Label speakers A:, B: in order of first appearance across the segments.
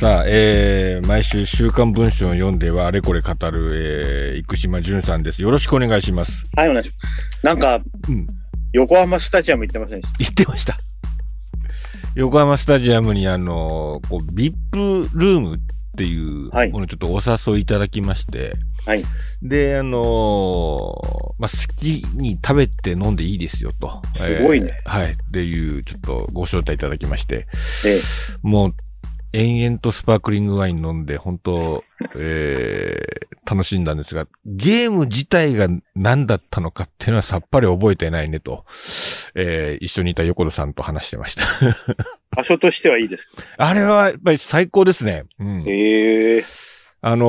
A: さあ、えー、毎週週刊文春を読んではあれこれ語る、えー、生島淳さんです。よろしくお願いします。
B: はい、お願いします。なんか、
A: うん
B: 横浜スタジアム行ってませんでし
C: 言ってました。
A: 横浜スタジアムにあの、こう、VIP ルームっていう
B: はい
A: ものをちょっとお誘いいただきまして、
B: はい
A: で、あのーまあ、好きに食べて飲んでいいですよと。
B: すごいね
A: えーはい。っていう、ちょっとご招待いただきまして、
B: ええ
A: もう、延々とスパークリングワイン飲んで、本当えー、楽しんだんですが、ゲーム自体が何だったのかっていうのはさっぱり覚えてないねと、えー、一緒にいた横田さんと話してました。
B: た。場所としてはいいですか
A: あれはやっぱり最高ですね。うん。
B: ええ
A: あの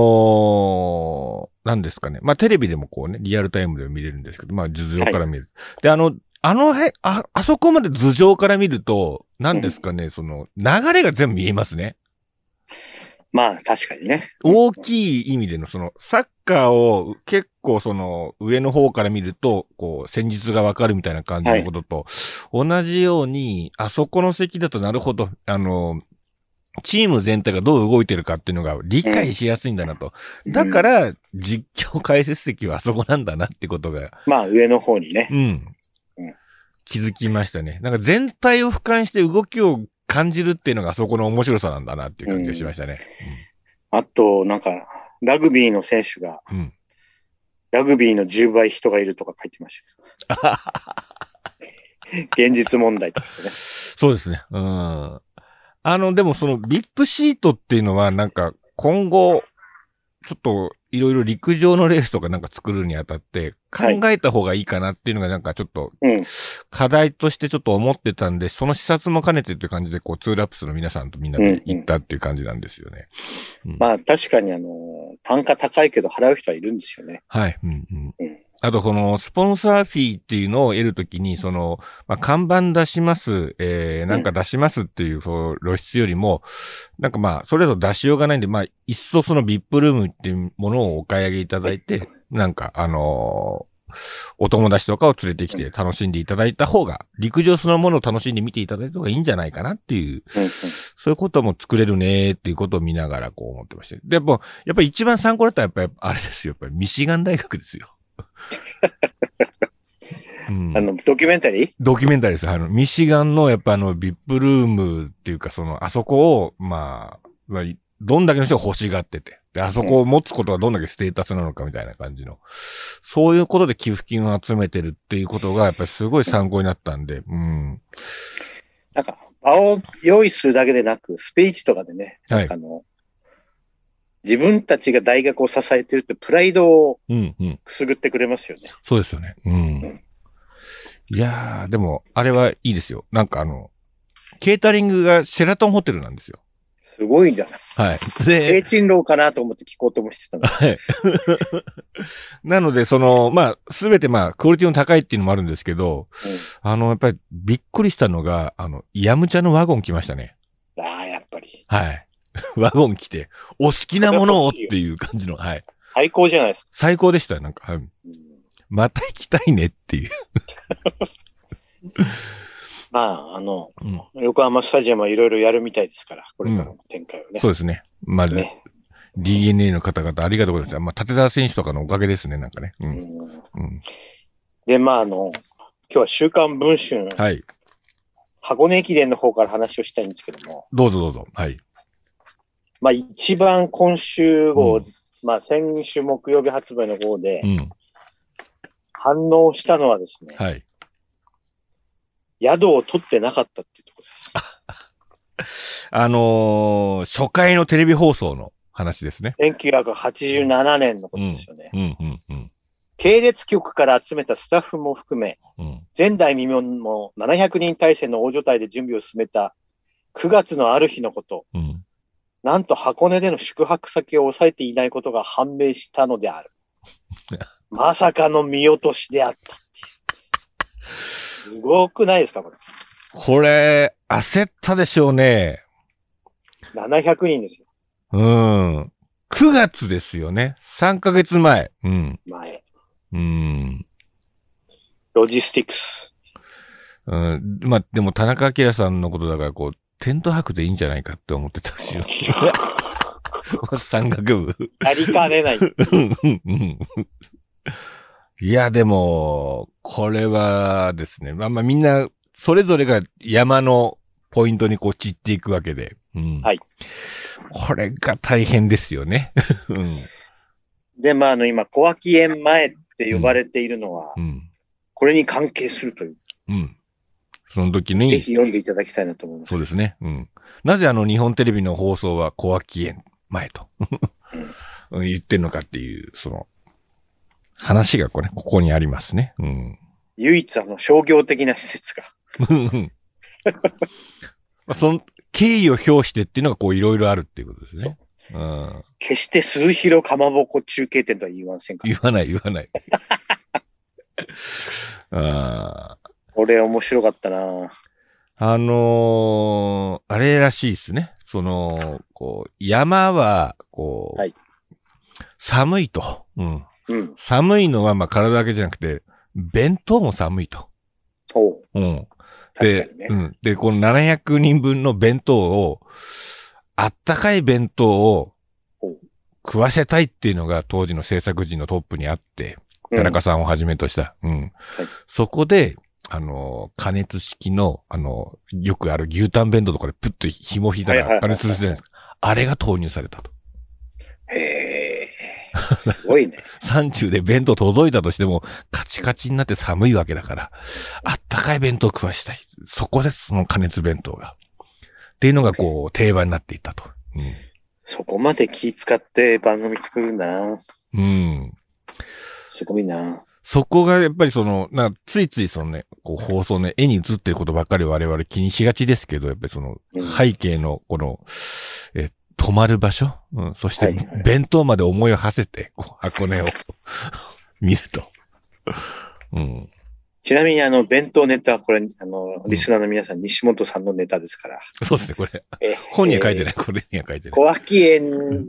A: ー、なんですかね。まあ、テレビでもこうね、リアルタイムで見れるんですけど、まあ、頭上から見る。で、あの、あの辺、あ、あそこまで頭上から見ると、なんですかね、その、流れが全部見えますね。
B: まあ、確かにね。
A: 大きい意味での、その、サッカーを結構その、上の方から見ると、こう、戦術がわかるみたいな感じのことと、同じように、あそこの席だとなるほど、あの、チーム全体がどう動いてるかっていうのが理解しやすいんだなと。だか
B: うん、
A: ら、実況解説席はあそこなんだなってことが、
B: まあ、上の方にね
A: う。ん
B: うん。
A: 気づきましたね。なんか全体を俯瞰して動きを感じるっていうのがあそこの面白さなんだなっていう感じがしましたね。
B: あと、なんか、ラグビーの選手が、
A: うん
B: ラグビーの10倍人がいるとか書いてました けど。現実問題としてね。
A: そうですね。うん。あの、でもその VIP シートっていうのはなんか今後、ちょっといろいろ陸上のレースとかなんか作るにあたって考
B: はい
A: えた方がいいかなっていうのがなんかちょっと
B: うん。
A: 課題としてちょっと思ってたんで、その視察も兼ねてっていう感じでこうツーラップスの皆さんとみんなで行ったっていう感じなんですよね。うん
B: まあ、確かに、あのー単価高いけど払う人はいるんですよね。
A: はい。うんうん
B: うん
A: あと、この、スポンサーフィーっていうのを得るときに、その、まあ、看板出します、えー、なんか出しますっていう、そう、露出よりも、なんかまあ、それだと出しようがないんで、まあ、いっそその VIP ルームっていうものをお買い上げいただいて、なんか、あのーお友達とかを連れてきて楽しんでいただいた方が、陸上そのものを楽しんで見ていただいた方がいいんじゃないかなっていう
B: うんうん
A: そういうことも作れるねーっていうことを見ながらこう思ってました。でも、やっぱり一番参考だったらやっぱりあれですよ。やっぱりミシガン大学です よ。うん
B: あの、ドキュメンタリー
A: ドキュメンタリーです。あの、ミシガンのやっぱあの、ビップルームっていうかその、あそこを、まあ、まあ、いどんだけの人が欲しがってて、で、あそこを持つことがどんだけステータスなのかみたいな感じの、そういうことで寄付金を集めてるっていうことがやっぱりすごい参考になったんで、うん。
B: なんか、場を用意するだけでなく、スピーチとかでね、
A: はい
B: あ。の、自分たちが大学を支えてるってプライドを
A: うん、うん。
B: くすぐってくれますよね。
A: そうですよね。うん。いやー、でも、あれはいいですよ。なんかあの、ケータリングがシェラトンホテルなんですよ。
B: すごいじゃない。
A: はい。
B: 低
A: で、
B: 賃労かなと思って聞こうともしてたの。
A: なので、その、まあ、すべてまあ、クオリティの高いっていうのもあるんですけど、あの、やっぱりびっくりしたのが、あの、ヤムチャのワゴン来ましたね。
B: う ん、ああ、やっぱり。
A: はい。 ワゴン来て、お好きなものをっていう感じの、はい。
B: 最高じゃないですか。
A: 最高でしたよ、なんか。はい。
B: うん
A: また行きたいねっていう。
B: まあ、あの、
A: うん。
B: 横浜スタジアムはいろいろやるみたいですから、これからの展開をね。
A: そうですね。まあ、
B: ね
A: DNA の方々ありがとうございます。まあ、立田選手とかのおかげですね、なんかね。う。
B: うんん
A: うん
B: で、まあ、あの、今日は週刊文春、
A: はい。
B: 箱根駅伝の方から話をしたいんですけども、
A: どうぞどうぞ。はい。
B: まあ、一番今週号、
A: うん
B: まあ、先週木曜日発売の号で
A: うん。
B: 反応したのはですね、
A: はい。
B: 宿を取ってなかったっていうところです。
A: あのー初回のテレビ放送の話ですね。
B: 1987年のことですよね。
A: うん、うん、うん。
B: 系列局から集めたスタッフも含め、
A: うん。
B: 前代未聞の700人体制の大所帯で準備を進めた9月のある日のこと、
A: うん。
B: なんと箱根での宿泊先を抑えていないことが判明したのである。まさかの見落としであったっていう。すごくないですか、これ。
A: これ、焦ったでしょうね。
B: 700人ですよ、
A: うん。9月ですよね。3ヶ月前。うん。
B: 前。
A: うん。
B: ロジスティクス。
A: うん、まあ、でも田中明さんのことだから、こう、テント泊でいいんじゃないかって思ってたんです よ。山岳部。
B: やりかねない。
A: うんうんうんいや、でも、これはですね、まあまあみんな、それぞれが山のポイントにこう散っていくわけで。うん
B: はい。
A: これが大変ですよね。 うん
B: で、まあ、あの、今、小脇園前って呼ばれているのは、
A: うん。
B: これに関係するという、
A: うん。その時
B: ぜ
A: に、
B: ひ読んでいただきたいなと思います。
A: そうですね。うん。なぜあの日本テレビの放送は小脇園前と うん言ってるのかっていう、その、話がこれ、ここにありますね。うん。
B: 唯一、あの、商業的な施設が。
A: うんうんまあその敬意を表してっていうのがこういろいろあるっていうことですね。うん、
B: 決して鈴広かまぼこ中継店とは言わんせんから
A: 言。わない言わない。 あー
B: これ面白かったな
A: あのーあれらしいですね。その、こう、山は、こう、
B: はい
A: 寒いと、うん。
B: うん。
A: 寒いのはまあ体だけじゃなくて、弁当も寒いと。
B: ほう。
A: うん。
B: 確
A: で、
B: かにね
A: う。ん。で、この700人分の弁当を、あったかい弁当を
B: ほう
A: 食わせたいっていうのが当時の制作陣のトップにあって、
B: うん
A: 田中さんをはじめとした。うん。そこで、あの、加熱式の、あの、よくある牛タン弁当とかでプッと紐引いた
B: はいはい
A: ら
B: はいは
A: 加
B: い
A: 熱するじゃないですか。あれが投入されたと。
B: へえ。すごいね。
A: 山中で弁当届いたとしても、カチカチになって寒いわけだから、あったかい弁当を食わしたい。そこでその加熱弁当が。っていうのがこう、定番になっていったと。
B: そこまで気使って番組作るんだな
A: うん。うん。
B: すごいな
A: そこがやっぱりその、なんかついついそのね、こう放送ね、絵に映ってることばっかり我々気にしがちですけど、やっぱりその
B: うん
A: 背景のこの、え、泊まる場所、うん、そして
B: はいはい
A: 弁当まで思いを馳せて、こう箱根を 見ると。うん。
B: ちなみにあの、弁当ネタはこれ、あの、リスナーの皆さん、西本さんのネタですから。
A: そうですね、これ。
B: え
A: 本には書いて
B: い。
A: ない、これには書いてな
B: えー
A: い。
B: 小脇園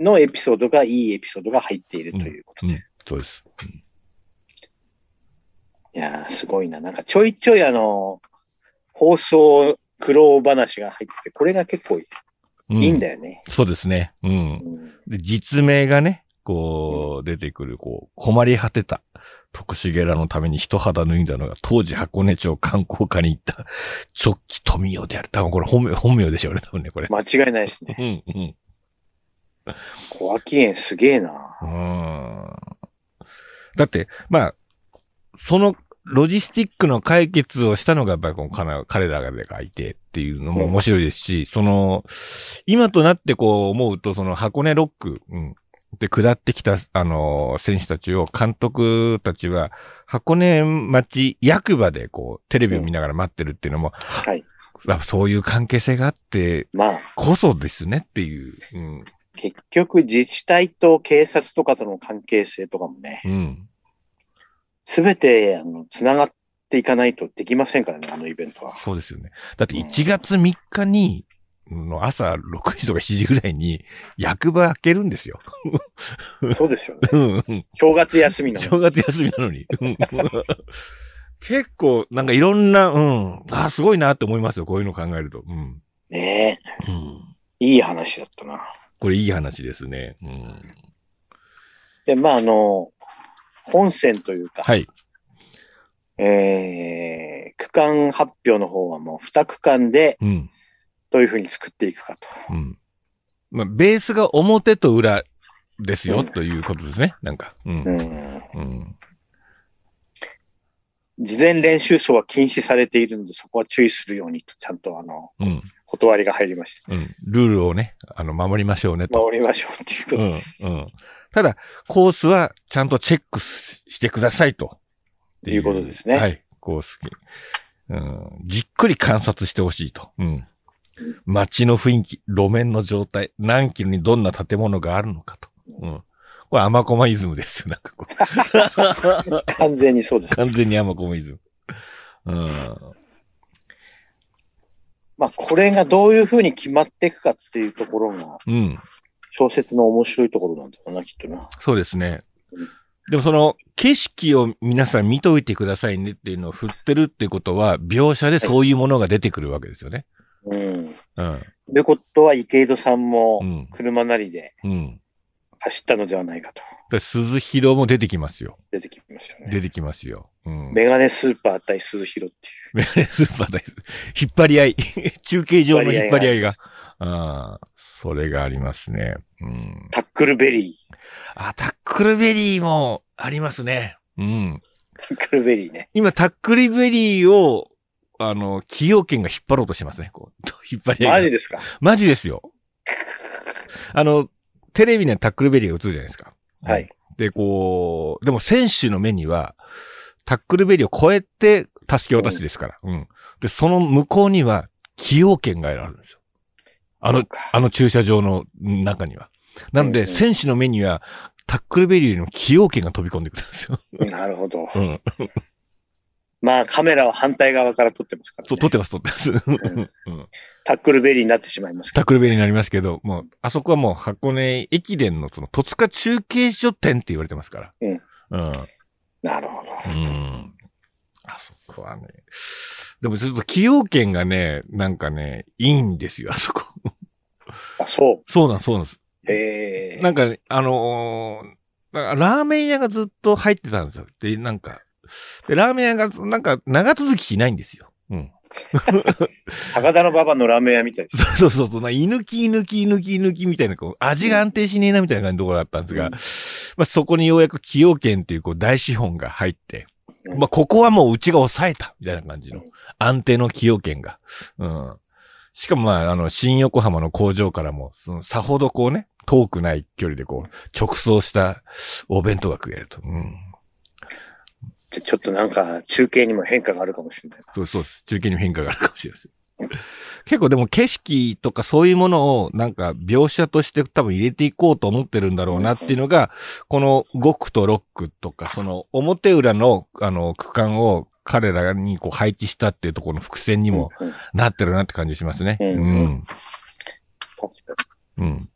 B: のエピソードが、いいエピソードが入っているということで。
A: うんそうです。
B: いやー、すごいな。なんかちょいちょいあの、放送苦労話が入ってて、これが結構い
A: うん、
B: いんだよね。
A: そうですね。うん。
B: うん
A: で実名がね、こう、出てくる、こう、困り果てた。徳重らのために一肌脱いだのが、当時箱根町観光課に行った、直帰富代である。多分これ本名、本名でしょうね、多分ね、これ。
B: 間違いないですね。
A: うん、うん。
B: 小脇園すげえな。
A: うーんだって、まあ、そのロジスティックの解決をしたのが、やっぱりこのかな彼らがいてっていうのも面白いですし、その、今となってこう思うと、その箱根ロック、うん、で下ってきた、あの、選手たちを、監督たちは、箱根町役場でこう、テレビを見ながら待ってるっていうのも、
B: はい。
A: やっぱそういう関係性があって、
B: まあ、
A: こそですねっていう、うん、
B: 結局自治体と警察とかとの関係性とかもね、
A: うん。
B: すべて、あの、つながっていかないとできませんからね、あのイベントは。
A: そうですよね。だって1月3日に、の朝6時とか7時ぐらいに役場開けるんですよ。
B: そうですよね。
A: うんうん
B: 正月休み の。
A: 正月休みなのに。うん結構、なんかいろんな、うん。あーすごいなって思いますよ。こういうの考えると。うん。
B: ねえ。
A: うん、
B: いい話だったな。
A: これいい話ですね。うん、
B: で、まあ、あの、本線というか、
A: はい。
B: えー、区間発表の方はもう2区間で
A: うん。
B: どういうふうに作っていくかと。
A: うん。まあ、ベースが表と裏ですよ、
B: うん
A: ということですね。なんか。うん。
B: うん。
A: うん。
B: 事前練習走は禁止されているので、そこは注意するようにと、ちゃんとあの、
A: うん。
B: 断りが入りました。
A: うん。ルールをね、あの、守りましょうね、と。
B: 守りましょうっていうことです。
A: うんうん、ただ、コースはちゃんとチェックししてくださいと。
B: いうことですね
A: はい、コースに。うん、じっくり観察してほしいと。うん。街の雰囲気、路面の状態、何キロにどんな建物があるのかと。うん。これ、甘駒イズムですよ。 なんかこう、
B: 完全にそうです。
A: 完全に甘駒イズム。うん。
B: まあ、これがどういうふうに決まっていくかっていうところが、
A: うん。
B: 小説の面白いところなんだろうな、きっとな。
A: そうですね
B: うん。
A: でもその景色を皆さん見といてくださいねっていうのを振ってるっていうことは描写でそういうものが出てくるわけですよね。
B: うん。
A: うん。
B: ということは、池井戸さんも
A: うん。
B: 車なりで
A: うん。
B: 走ったのではないかと
A: で鈴広も出てきますよ。
B: 出てきましたね。
A: 出てきますよ。うん。
B: メガネスーパー対鈴広っていう。
A: メガネ スーパーです。引っ張り合 い。中継上の引っ張り合いが。ああ、それがありますね。うん。
B: タックルベリ
A: あ、タックルベリーもありますね。うん。
B: ー。タックルベリーね。
A: 今、タックルベリーを、あの、企業権が引っ張ろうとしてますね。こう、 引っ張り合
B: マ
A: い
B: ジ
A: が。
B: ですか
A: マジですよ。あの、テレビにはタックルベリーが映るじゃないですか。
B: はい。。
A: で、こう、でも選手の目には、タックルベリーを超えて、助け渡しですから。うん。で、その向こうには、起用権が得られるんですよ。あ
B: そ
A: の
B: う、か
A: あの駐車場の中には。なの
B: う
A: で、
B: んうん
A: 選手の目には、タックルベリーの起用権が飛び込んでくるん ですよ。
B: なるほど。
A: うん。
B: まあ、カメラを反対側から撮ってますから、ね。
A: そう、撮ってます、撮ってます。
B: ん
A: うん
B: タックルベリーになってしまいますけ
A: タッ
B: ど。
A: クルベリーになりますけど、もう、あそこはもう箱根駅伝のその、戸塚中継所店って言われてますから。
B: うん。
A: うん。
B: なるほど。
A: うん。あそこはね。でもちょっと崎陽軒がね、なんかね、いいんですよ、あそこ。
B: あ、そ
A: そうなん、そうなんです。
B: う。へえ。
A: なんかね、あのーなんかラーメン屋がずっと入ってたんですよ。で、なんか、でラーメン屋が、なんか、長続きしないんですよ。うん。
B: 高田の馬場のラーメン屋みたいです。
A: そうそうそう、な、居抜き居抜き居抜き居抜きみたいな、こう、味が安定しねえなみたいな感じのところだったんですが、
B: うん
A: まあそこにようやく崎陽軒っていう、こう、大資本が入って、
B: うん
A: まあここはもううちが抑えた、みたいな感じの
B: うん、
A: 安定の崎陽軒が。うん。しかもまあ、あの、新横浜の工場からも、その、さほどこうね、遠くない距離でこう、直送したお弁当が食えると。うん。
B: じゃちょっとなんか、中継にも変化があるかもしれないな。
A: そうそうです。中継にも変化があるかもしれません。結構でも景色とかそういうものをなんか描写として多分入れていこうと思ってるんだろうなっていうのが、この5区と6区とか、その表裏のあの区間を彼らにこう配置したっていうところの伏線にも
B: うんうん
A: なってるなって感じしますね。う
B: うん
A: ん。
B: 確かに
A: うん。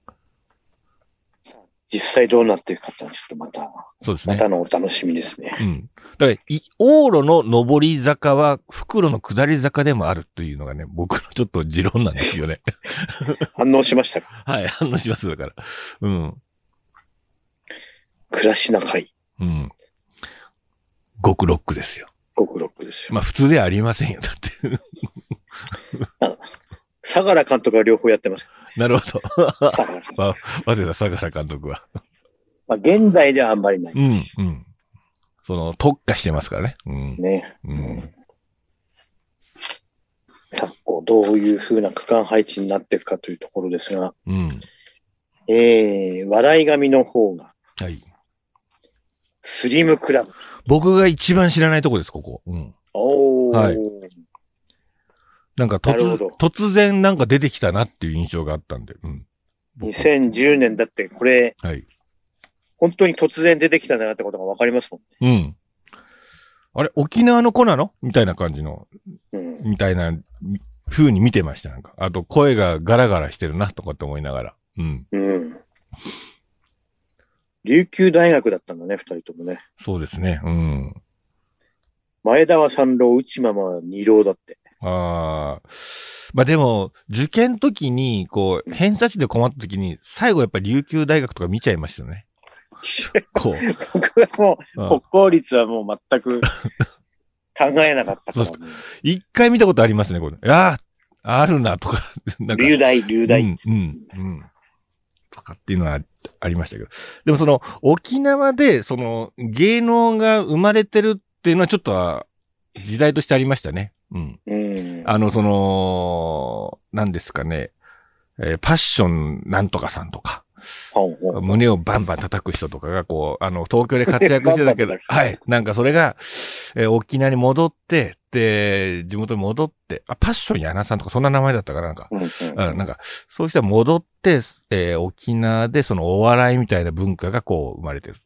B: さあ実際どうなっていくかっていうのはちょっとまた、
A: そうです
B: ま
A: ね。
B: たのお楽しみですね。
A: うん。だから、い往路の上り坂は、袋の下り坂でもあるというのがね、僕のちょっと持論なんですよ ね。
B: 反応しましたか
A: はい、反応します、だから。うん。
B: 暮らしな会、
A: うん。極ロックですよ。
B: 極六ですよ。
A: まあ普通ではありませんよ。だ って。
B: 相良監督は両方やってます。
A: なるほど。
B: 相良監督。
A: 早稲田相良監督は。。
B: まあ、現代ではあんまりないう
A: ん、うん。その、特化してますからね。うん。
B: ね。
A: うん。
B: さあ、こう、どういうふうな区間配置になっていくかというところですが、
A: うん。
B: えー、笑い髪の方が、
A: はい。
B: スリムクラブ。
A: 僕が一番知らないとこです、ここ。うん。
B: おー。
A: はいなんか
B: なるほ
A: 突
B: ど、
A: 突然なんか出てきたなっていう印象があったんで。うん。僕は
B: 2010年だって、これ、
A: はい。
B: 本当に突然出てきたんだなってことがわかりますも
A: うん。あれ、沖縄の子なのみたいな感じの、
B: んね。うん。
A: みたいなみ風に見てました、なんか。あと、声がガラガラしてるな、とかって思いながら。うん。
B: うん。琉球大学だったんだね、二人ともね。
A: そうですね。うん。
B: 前田は三浪、内間は二浪 だって。
A: ああ。まあでも、受験時に、こう、偏差値で困った時に、最後やっぱり琉球大学とか見ちゃいましたね。こ う。
B: 僕はも
A: う
B: う、
A: ん
B: 国公立はもう全く考えなかったから、
A: そう一、回見たことありますね、これ。ああ、あるな、とか。 なんか。
B: 流大、流大、
A: うん、うん、うん。とかっていうのはありましたけど。でもその、沖縄で、その、芸能が生まれてるっていうのはちょっとは、時代としてありましたね。うん。
B: うん。
A: あの、その、何ですかね、えーパッションなんとかさんとか、
B: ほんほん
A: 胸をバンバン叩く人とかが、こう、あの、東京で活躍してたけど
B: バンバン叩く、人
A: はい、なんかそれが、えー沖縄に戻って、で、地元に戻って、あ、パッションやなさんとか、そんな名前だったから、なんか、
B: うん
A: うん、なんか、そうしたら戻って、えー沖縄でそのお笑いみたいな文化がこう生まれてる。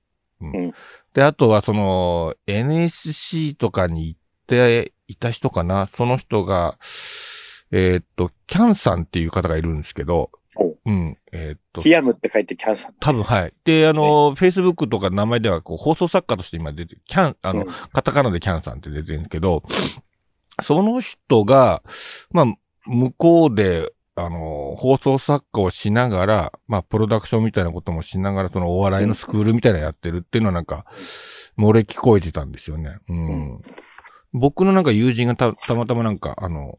A: うん。
B: うん
A: で、あとはその NSC とかに行っていた人かな。その人が、えーっと、キャンさんっていう方がいるんですけど
B: お、
A: うん、えーっと
B: テ、ィアムって書いてキャンさん。
A: 多分はい。で、あの、Facebook とか名前ではこう放送作家として今出てる、キャン、あの、
B: うん
A: カタカナでキャンさんって出てるんですけど、その人が、まあ、向こうで、あの、放送作家をしながら、まあ、プロダクションみたいなこともしながら、そのお笑いのスクールみたいなのやってるっていうのはなんか、漏れ聞こえてたんですよね。うん。僕のなんか友人がた、たまたまなんか、あの、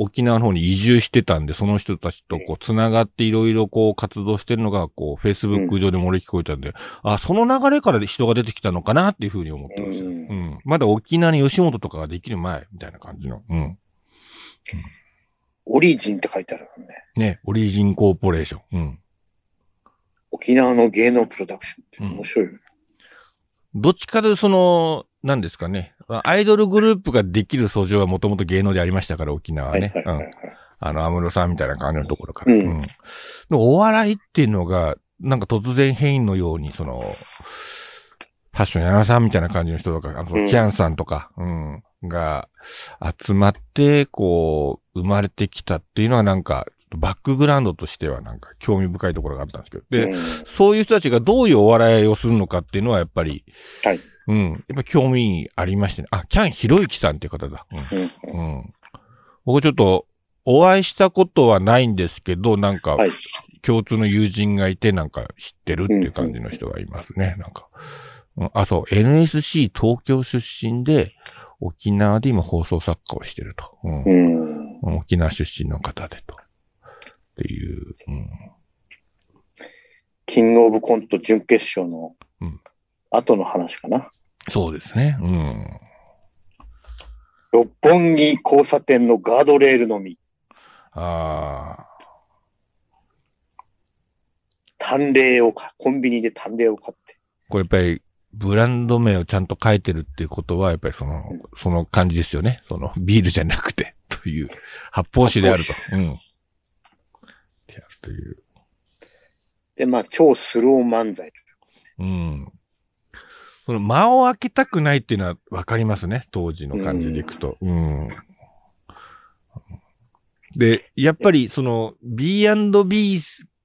A: 沖縄の方に移住してたんで、その人たちとこう、つながっていろいろこう、活動してるのが、こう、Facebook 上で漏れ聞こえたんで、あ、その流れから人が出てきたのかなっていうふうに思ってました。
B: う
A: うんん。まだ沖縄に吉本とかができる前、みたいな感じの。うん。
B: オリジンって書いてあるもんね。
A: ね、オリジンコーポレーション。うん。
B: 沖縄の芸能プロダクションって面白いよね。
A: どっちかというとその、なんですかね。アイドルグループができる訴状はもともと芸能でありましたから、沖縄はね。
B: はいはいはいはい。
A: あの、安室さんみたいな感じのところから。
B: うん
A: でもお笑いっていうのが、なんか突然変異のように、その、ファッションやなさんみたいな感じの人とか、あの、
B: うん
A: キャンさんとか、うん、が集まって、こう、生まれてきたっていうのはなんか、バックグラウンドとしてはなんか興味深いところがあったんですけど。で、
B: うん
A: そういう人たちがどういうお笑いをするのかっていうのはやっぱり、
B: はい
A: うん。やっぱ興味ありましてね。あ、キャンひろゆきさんっていう方だ。うん
B: うん
A: うん。僕ちょっと、お会いしたことはないんですけど、なんか
B: は、い。
A: 共通の友人がいて、なんか知ってるっていう感じの人がいますね、なんか。うんあ、そう、NSC 東京出身で、沖縄で今放送作家をしてると。うん
B: うん。
A: うん沖縄出身の方でと。っていう。うん
B: キングオブコント準決勝の
A: うん
B: 後の話かな。
A: そうですね。うん。
B: 六本木交差点のガードレールのみ、
A: あ
B: 淡麗をか、コンビニで淡麗を買って。
A: ーこれやっぱり、ブランド名をちゃんと書いてるっていうことは、やっぱりその
B: うん、
A: その感じですよね。その、ビールじゃなくて、 という、発泡酒であると。うん。ってやるという。
B: で、まあ、超スロー漫才。
A: うん。その、間を空けたくないっていうのはわかりますね。当時の感じでいくと。うん。で、やっぱり、その、B&B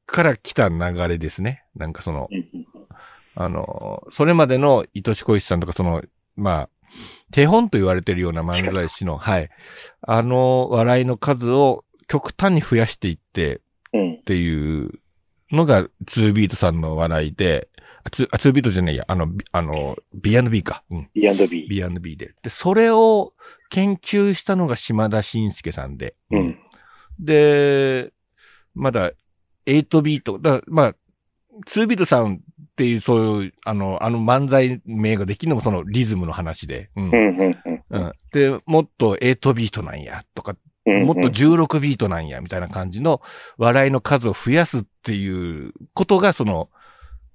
A: から来た流れですね。なんかその、あの、それまでの愛しこいしさんとか、その、まあ、手本と言われてるような漫才師の、はい。あの、笑いの数を極端に増やしていって、
B: うん
A: っ。ていうのが2ビートさんの笑いで、あ、ツーあツービートじゃないや、あの、ビあの、B&B か。うん。
B: E&B。
A: B&B で。で、それを研究したのが島田紳介さんで。
B: うん。
A: で、まだ8ビート、だまあ、2ビートさんっていう、そういう、あの、あの漫才名ができるのもそのリズムの話で。うん
B: うん。うん。
A: うん。で、もっと8ビートなんや、とか
B: うん。
A: もっと16ビートなんや、みたいな感じの笑いの数を増やすっていうことが、その、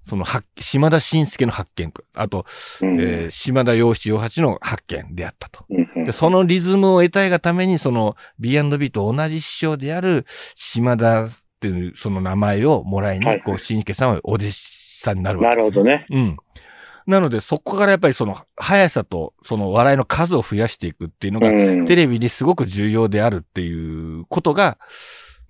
A: その発、島田紳介の発見と、あと、
B: うん。
A: えー島田洋七洋八の発見であったと。
B: うんうん
A: で、そのリズムを得たいがために、その B&B と同じ師匠である島田っていう、その名前をもらい
B: はい
A: に、こう、紳介さんはお弟子さんになるわけ
B: なる
A: です
B: ほ
A: ね。
B: どね。
A: うん。なので、そこからやっぱりその、速さと、その笑いの数を増やしていくっていうのが
B: う、ん。
A: テレビにすごく重要であるっていうことが、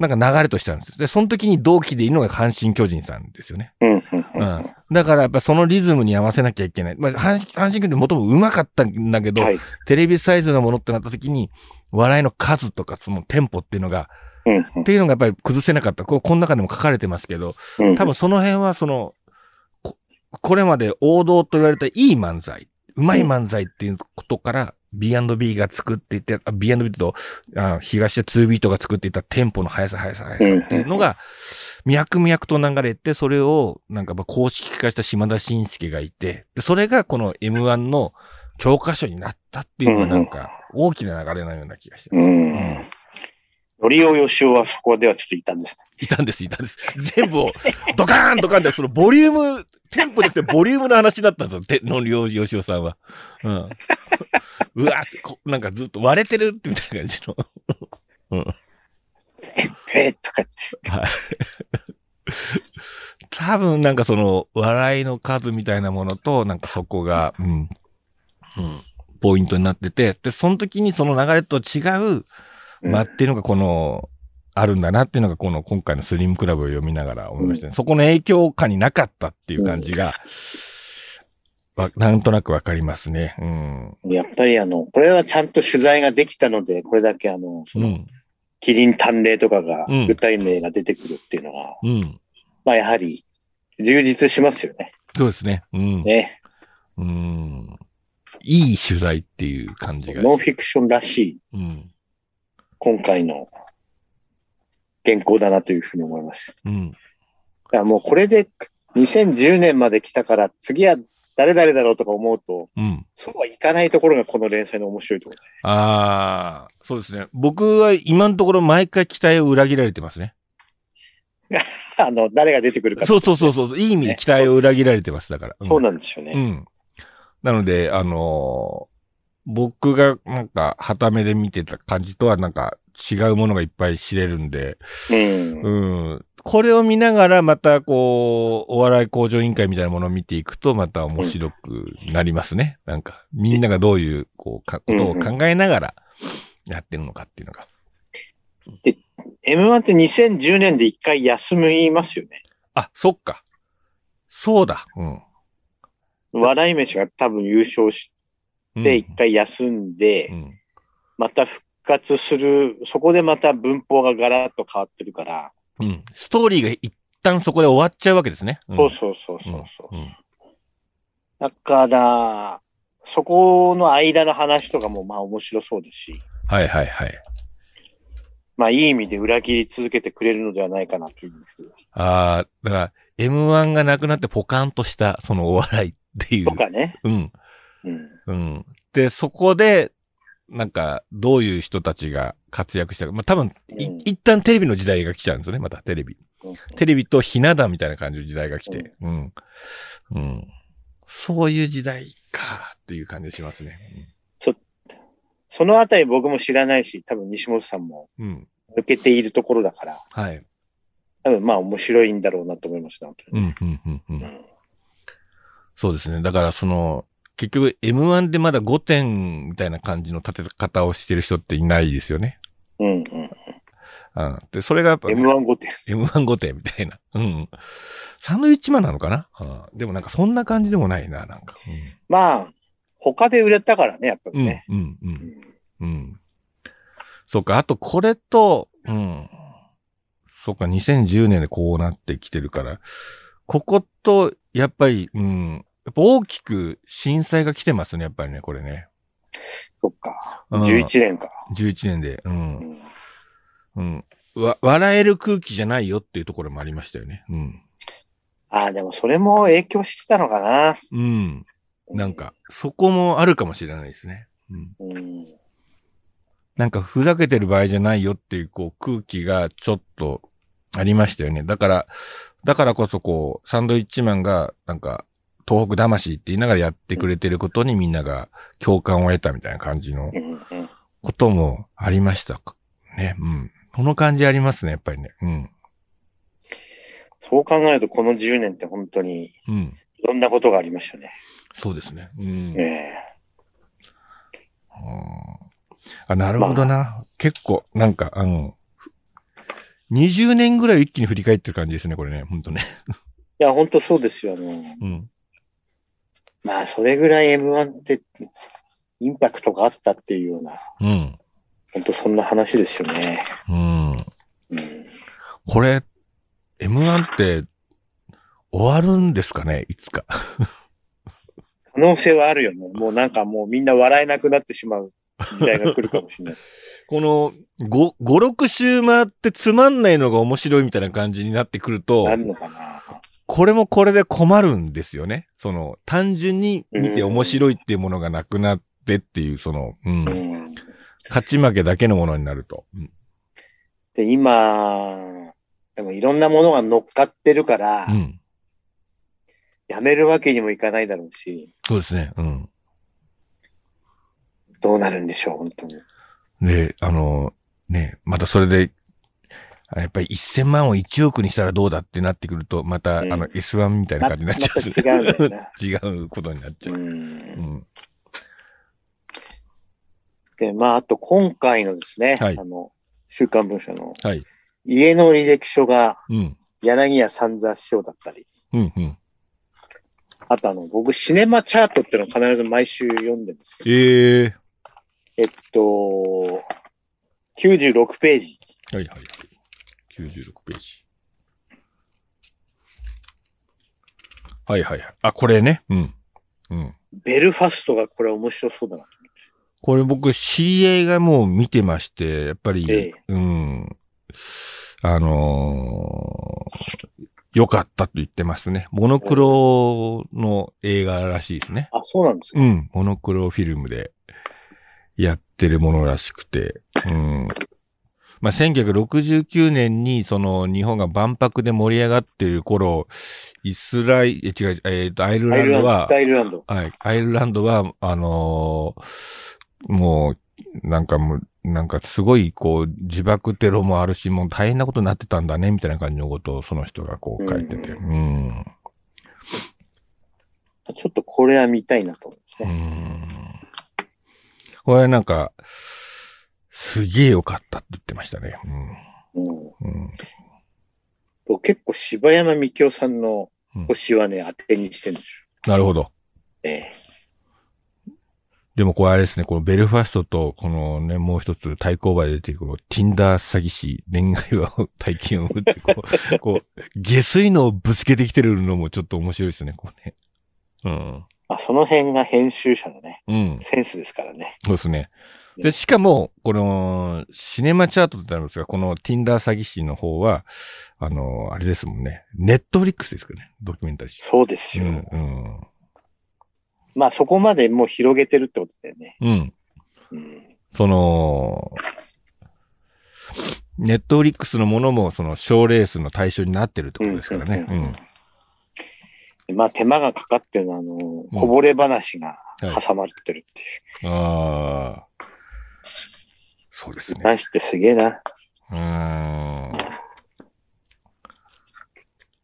A: なんか流れとしてあるんですよ。で、その時に同期でいるのが阪神巨人さんですよね。
B: うん。う。
A: うんん。だからやっぱそのリズムに合わせなきゃいけない。まあ、阪神阪神巨人もともと上手かったんだけど、
B: はい。
A: テレビサイズのものってなった時に、笑いの数とかそのテンポっていうのが、
B: うんう
A: っていうのがやっぱり崩せなかった。こうこの中でも書かれてますけど、
B: ん。うん
A: 多分その辺はその、ここれまで王道と言われたいい漫才、うまい漫才っていうことから、B&B が作っていって、あ B&B とあ東で2ビートが作っていたテンポの速さ、速さ、速さっていうのが、脈々と流れて、それをなんかまあ公式化した島田紳介がいて、でそれがこの M1 の教科書になったっていうのがなんか大きな流れのような気がしてます。
B: うん。のりおよしおはそこではちょっといたんです
A: いたんです、いたんです。全部を、ドカーンドカーンって、そのボリューム、テンポじゃなくてボリュームの話だったんですよ、てのりょうよしおさんは。うん。うわーってこ、なんかずっと割れてるってみたいな感じの。
B: ね。ペーとかって。
A: 多分なんかその、笑いの数みたいなものと、なんかそこが、うん。うん。ポイントになってて、で、その時にその流れと違う、
B: うん
A: まあ、っていうのがこの、あるんだなっていうのがこの今回のスリムクラブを読みながら思いましたね。そこの影響下になかったっていう感じが、わなんとなくわかりますね。うん。
B: やっぱりあの、これはちゃんと取材ができたので、これだけあの、そうの
A: ん。
B: キリン探偵とかが
A: うん
B: 具体名が出てくるっていうのは、
A: うん。
B: まあやはり充実しますよね。
A: そうですね。うん。
B: ね。
A: うん。いい取材っていう感じが。
B: ノンフィクションらしい
A: うん。
B: 今回の原稿だなというふうに思いました。
A: うん。
B: だからもうこれで2010年まで来たから次は誰々だろうとか思うと、
A: うん。
B: そうはいかないところがこの連載の面白いところだ
A: ああ、そうですね。僕は今のところ毎回期待を裏切られてますね。
B: あの、誰が出てくるか。
A: そうそうそうそう。いい意味で期待を裏切られてます。だから。
B: そうなんですよね。
A: うん。なので、あのー僕がなんか、はためで見てた感じとはなんか違うものがいっぱい知れるんで、
B: うん。
A: うん。これを見ながらまたこう、お笑い工場委員会みたいなものを見ていくとまた面白くなりますね。なんか、みんながどういう、こう、かことを考えながらやってるのかっていうのが。
B: M1 って2010年で一回休みますよね。
A: あ、そっか。そうだ。うん。
B: 笑い飯が多分優勝し
A: うん
B: て一回休んで、
A: うん。
B: また復活する、そこでまた文法がガラッと変わってるから、
A: うん。ストーリーが一旦そこで終わっちゃうわけですね。ん
B: そうそうそうそうそ
A: う
B: う。
A: んうん
B: だから、そこの間の話とかもまあ面白そうですし、
A: はいはいはい。
B: まあいい意味で裏切り続けてくれるのではないかなというふう
A: ああ、だから、M1 がなくなってポカンとした、そのお笑いってい
B: に。
A: う。
B: とかね。
A: うん。
B: うん。
A: うん。で、そこで、なんか、どういう人たちが活躍したか。まあ、多分、い
B: うん
A: 一旦テレビの時代が来ちゃうんですよね、またテレビ。テレビとひな壇みたいな感じの時代が来て。うん。うん。そういう時代か、という感じがしますね。
B: そのあたり僕も知らないし、多分西本さんも
A: うんうん。
B: 抜けているところだから、
A: はい。
B: 多分まあ面白いんだろうなと思いますね。本当
A: う
B: に
A: ん、うん、うん、う。
B: うんん
A: そうですね。だから、その、結局 M1 でまだ5点みたいな感じの立て方をしてる人っていないですよね。
B: うんうん。
A: うん。で、それがやっぱ、
B: M1 御殿。
A: M1 御殿みたいな。うん。サンドウィッチマンなのかな、うん、でもなんかそんな感じでもないな、なんか。
B: まあ、他で売れたからね、やっぱ
A: う
B: り
A: ん。
B: ね。
A: うん、う、
B: うん
A: う
B: ん
A: ん。うん。そうか、あとこれと、うん。そうか、2010年でこうなってきてるから、ここと、やっぱり、うん。やっぱ大きく震災が来てますね、やっぱりね、これね。
B: そっか。
A: うん
B: 11年か。
A: 11年で。う。
B: うんん
A: うん。わ、笑える空気じゃないよっていうところもありましたよね。うん。
B: ああ、でもそれも影響してたのかな。
A: うん。なんか、そこもあるかもしれないですね。うん、
B: うん。
A: なんか、ふざけてる場合じゃないよっていう、こう、空気がちょっとありましたよね。だから、だからこそ、こう、サンドイッチマンが、なんか、東北魂って言いながらやってくれてることにみんなが共感を得たみたいな感じの
B: うんうんうん
A: こともありましたか。ね、うん。この感じありますね、やっぱりね。うん。
B: そう考えると、この10年って本当に
A: うん。
B: いろんなことがありましたね。
A: そうですね。うん。
B: ええ
A: うんあ、なるほどな。結構、なんか、あの、20年ぐらい一気に振り返ってる感じですね、これね。ほんとね。
B: いや、本当そうですよ。あの、
A: うん。
B: まあ、それぐらい M1 ってインパクトがあったっていうような、
A: うん。
B: 本当そんな話ですよね。
A: うん。
B: うん。
A: これ、M1 って、終わるんですかねいつか。
B: 可能性はあるよね。もうなんかもうみんな笑えなくなってしまう時代が来るかもしれ ない。
A: この、5、5、6週回ってつまんないのが面白いみたいな感じになってくると、
B: なるのかな。
A: これもこれで困るんですよね。その、単純に見て面白いっていうものがなくなってっていう、その、う。
B: うんん。
A: 勝ち負けだけのものになると。うん。
B: で、今、でもいろんなものが乗っかってるから、
A: うん
B: やめるわけにもいかないだろうし、
A: そうですね。うん。
B: どうなるんでしょう、本当に。
A: で、あの、ね、またそれで、あやっぱり1000万を1億にしたらどうだってなってくると、また、
B: うん
A: あの S1 みたいな感
B: ま
A: じになっちゃうんです
B: また違うんだよな。
A: ね。違うことになっ ちゃ
B: う。
A: う。うんん。
B: で、まあ、あと今回のですね、
A: はい
B: あの、週刊文社の
A: はい。
B: 家の履歴書が
A: うん。
B: 柳家三座師匠だったり、
A: うん、うん。
B: あとあの、僕、シネマチャートっていうのを必ず毎週読んでるんですけど、
A: ええ
B: えっと、96ページ。
A: はいはいはい。96ページ。はいはいはい。あ、これね。うん。うん。
B: ベルファストがこれ面白そうだな。
A: これ僕、知り合いがもう見てまして、やっぱり、
B: ええ
A: うん。あのー、良かったと言ってますね。モノクロの映画らしいですね。
B: あ、そうなんですか。
A: うん。モノクロフィルムでやってるものらしくて。うん。まあ、1969年に、その、日本が万博で盛り上がってる頃、イスラエル、え、違う、えっ、と、アイル
B: ア
A: ラ
B: イ
A: ン
B: ルラン
A: ド
B: ド、
A: は、
B: 北アイルランド。
A: はい。アイルランドは、あのーもう、なんかもう、なんかすごい、こう、自爆テロもあるし、もう大変なことになってたんだね、みたいな感じのことをその人がこう書いてて。
B: う
A: うん。
B: ちょっとこれは見たいなと思うんです
A: う
B: ね。
A: ん。これなんか、すげえ良かったって言ってましたね。
B: うん
A: うん。うん。
B: 僕結構柴山みきおさんの
A: うん
B: 星はね、当てにしてるんです
A: なるほど。
B: よ。え
A: でもこれあれですね、このベルファストと、このね、もう一つ対抗馬で出てくる、Tinder 詐欺師、恋愛は大金を打って、こ う、こう、下水のをぶつけてきてるのもちょっと面白いですね、こうね。うん。
B: えまあ、その辺が編集者のね、
A: うん。
B: センスですからね。
A: そうですね。で、しかも、この、シネマチャートってあるんですが、この Tinder 詐欺師の方は、あの、あれですもんね。ネットフリックスですかね。ドキュメンタリー。
B: そうです
A: う
B: よ。
A: ん、うん。
B: まあそこまでもう広げてるってことだよね。
A: うん。
B: うん。
A: その、ネットフリックスのものも、その、賞レースの対象になってるってことですからね。
B: う
A: うんん。
B: まあ手間がかかってるのは、あの、こぼれ話が挟まってるっていう。
A: ああ。そうですね。
B: 話ってすげえな。
A: うーん。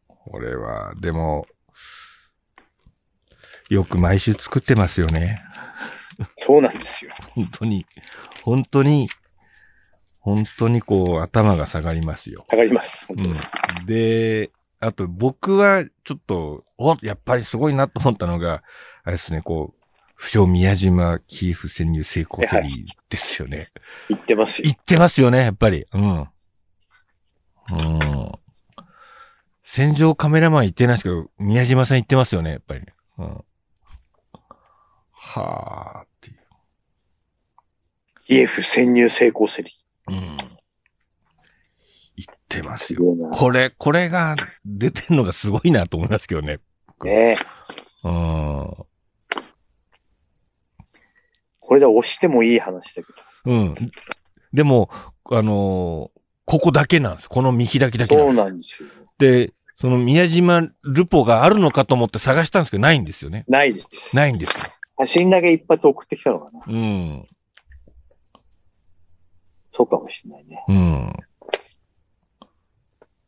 A: これは、でも、よく毎週作ってますよね。
B: そうなんですよ。
A: 本当に、本当に、本当にこう、頭が下がりますよ。
B: 下がります。本当です。
A: で、あと僕はちょっと、お、やっぱりすごいなと思ったのが、あれですね、こう、不詳宮島キーフ潜入成功セリーですよね。
B: 言ってますよ
A: 言。ってますよね、やっぱり。うん。うん。戦場カメラマン行ってないですけど、宮島さん行ってますよね、やっぱりね。うん。はーっていう。
B: イエフ潜入成功セリ。
A: うん。行ってます
B: す
A: よ。
B: ごいな。
A: これ、これが出てんのがすごいなと思いますけどね。
B: ねえ。
A: うん。
B: これで押してもいい話だけ
A: うん。でも、あのーここだけなんです。この見開きだ
B: ど。
A: けなんです。
B: そうなんですよ。
A: で、その宮島ルポがあるのかと思って探したんですけど、ないんですよね。
B: ないです。
A: ないんですよ。
B: 写真だけ一発送ってきたのかな。
A: うん。
B: そうかもしれないね。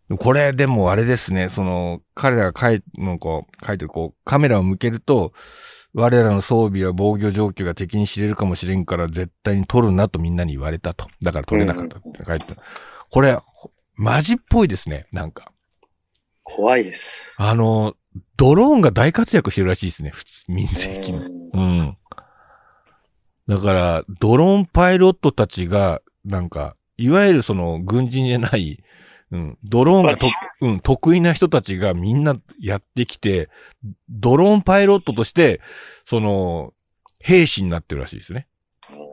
A: うん。これ、でもあれですね、その、彼らが書い、なんか、書いてる、こう、カメラを向けると、我らの装備や防御状況が敵に知れるかもしれんから、絶対に撮るなとみんなに言われたと。だから撮れなかったって書いてた。これ、ほマジっぽいですね、なんか。
B: 怖いです。
A: あの、ドローンが大活躍してるらしいですね、普通、民生機の。
B: うん
A: うん。だから、ドローンパイロットたちが、なんか、いわゆるその、軍人じゃない、うん、ドローンがと、うん、得意な人たちがみんなやってきて、ドローンパイロットとして、その、兵士になってるらしいですね。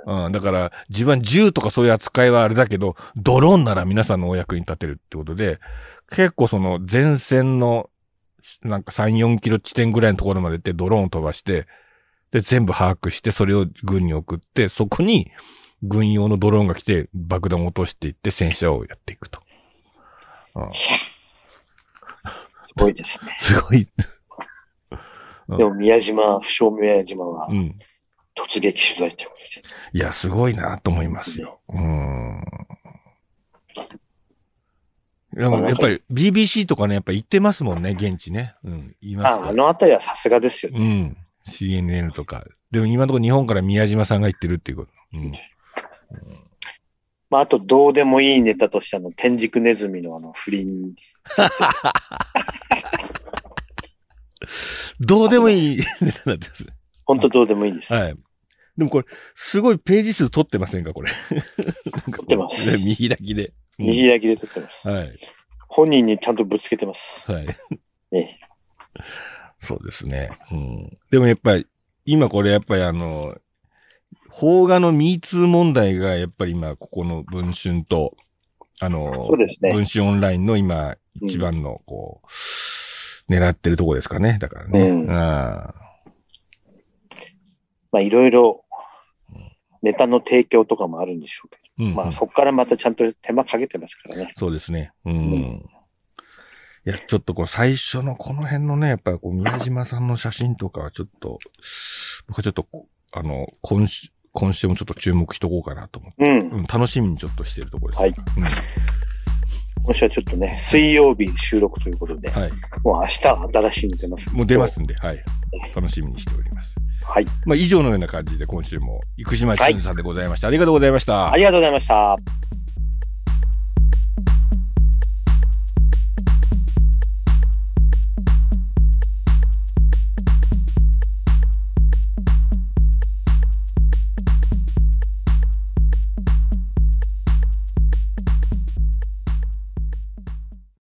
A: うん、だから、自分は銃とかそういう扱いはあれだけど、ドローンなら皆さんのお役に立てるってことで、結構その前線の、なんか3、4キロ地点ぐらいのところまで行ってドローンを飛ばして、で、全部把握して、それを軍に送って、そこに軍用のドローンが来て爆弾を落としていって戦車をやっていくと。うん
B: すごいですね。
A: すごい。うん
B: でも宮島、不詳宮島は
A: うん。
B: 突撃取材ってことです。
A: いや、すごいなと思いますよ。うん。でもやっぱり BBC とかね、やっぱ行ってますもんね、現地ね。うん、言います
B: あ、
A: か
B: あ
A: ら
B: のあたりはさすがですよね。
A: うん。CNN とか。でも今のところ日本から宮島さんが行ってるっていうこと。うん。
B: まあ、あと、どうでもいいネタとして、あの、天竺 ネズミのあの、不倫。
A: どうでもいいネタになってます。
B: 本当どうでもいいで す。
A: はい。でもこれ、すごいページ数取ってませんかこ れ。取
B: ってます
A: 見開きで。うん
B: 右開きで撮ってます。
A: はい。
B: 本人にちゃんとぶつけてます。
A: はい。
B: ええ
A: そうですね。うん。でもやっぱり、今これやっぱりあの、邦画の MeToo 問題がやっぱり今、ここの文春と、あの、
B: そうですね
A: 文春オンラインの今、
B: うん
A: 一番の、こう、狙ってるとこですかね。だからね。
B: うん
A: あ
B: まあいろいろネタの提供とかもあるんでしょうけ
A: ーうん
B: ど、まあそこからまたちゃんと手間かけてますからね。
A: そうですね。うん。
B: うん
A: いや、ちょっとこう、最初のこの辺のね、やっぱりこう、宮島さんの写真とかはちょっと、僕はちょっと、あの、今週、今週もちょっと注目しとこうかなと思って。
B: うん。
A: うん、楽しみにちょっとしてるところです。
B: はい
A: うん
B: 今週はちょっとね、水曜日収録ということで、
A: はい。
B: もう明日は新しいの出ます。
A: もう出ますんで、はい。楽しみにしております。
B: はい。
A: まあ、以上のような感じで今週も、生島千春さんでございました。ありがとうございました。
B: ありがとうございました。